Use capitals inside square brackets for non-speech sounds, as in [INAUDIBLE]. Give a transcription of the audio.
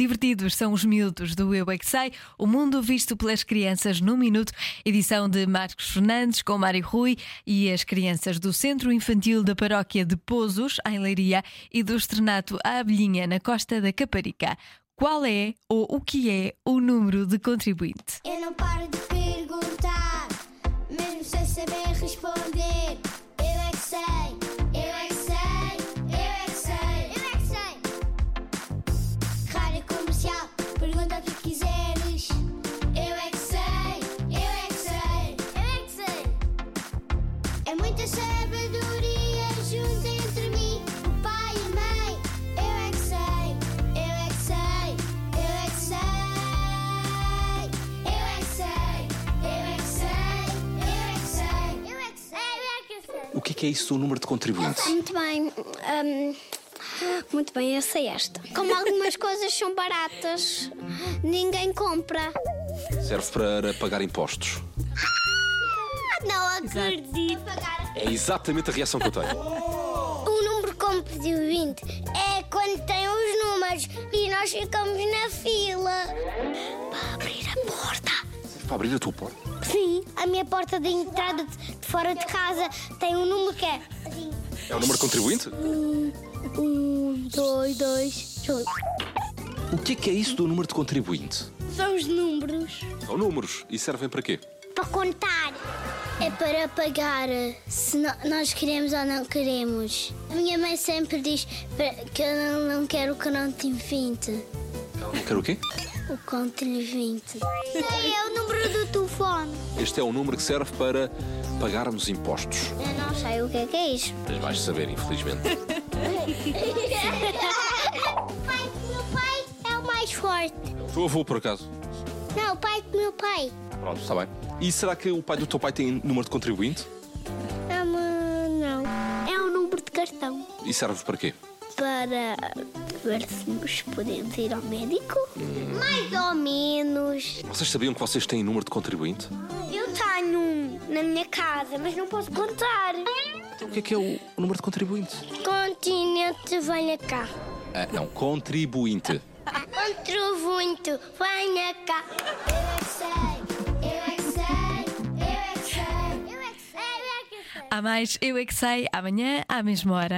divertidos são os miúdos do Eu é que Sei, o mundo visto pelas crianças num minuto, edição de Marcos Fernandes com Mário Rui e as crianças do Centro Infantil da Paróquia de Pozos, em Leiria, e do Estrenato à Abelhinha, na Costa da Caparica. Qual é ou o que é o número de contribuinte? Eu não paro de perguntar, mesmo sem saber responder. Eu é que sei, eu é que sei, eu é que sei, eu é que sei. Rádio comercial, pergunta o que quiseres. Eu é que sei, eu é que sei, eu é que sei. É muita sabedoria junto entre mim, o pai e a mãe. Eu é que sei, eu é que sei, eu é que sei. Eu é que sei, eu é que sei, eu é que sei. Eu é que sei, eu é que sei. O que é, que é isso do número de contribuintes? Muito bem. hum, muito bem, eu sei esta. Como algumas coisas são baratas, ninguém compra. Serve para pagar impostos. Ah, Não acredito. É exatamente a reação que eu tenho. O número compro de 20 é quando tem os números e nós ficamos na fila. Para abrir a porta. Serve para abrir a tua porta. Sim. A minha porta de entrada de, de fora de casa tem um número que é. É o número de contribuinte? Um, dois, dois, dois. O que é, que é isso do número de contribuinte? São os números. São números e servem para quê? Para contar. É para pagar se no- nós queremos ou não queremos. A minha mãe sempre diz para- que eu não, não quero o que não tem 20. Não quero o quê? O conto-lhe 20. É o número do telefone. Este é o número que serve para pagarmos impostos. Eu não sei o que é que é isso. Mas vais saber, infelizmente. o [LAUGHS] pai do meu pai é o mais forte. O teu avô, Então por acaso? Não, o pai do meu pai. Pronto, está bem. E será que o pai do teu pai tem número de contribuinte? Ah, não. É um número de cartão. E serve para quê? para ver se nos podemos ir ao médico. Mais ou menos. Vocês sabiam que vocês têm número de contribuinte? Eu tenho um na minha casa, mas não posso contar. Então o que é que é o número de contribuinte? Continente, venha cá. Ah, não, contribuinte. Contribuinte, venha cá. Eu é que sei, eu é que sei, eu é que sei, eu é que sei, eu é que sei. Há mais Eu é que Sei, amanhã à mesma hora.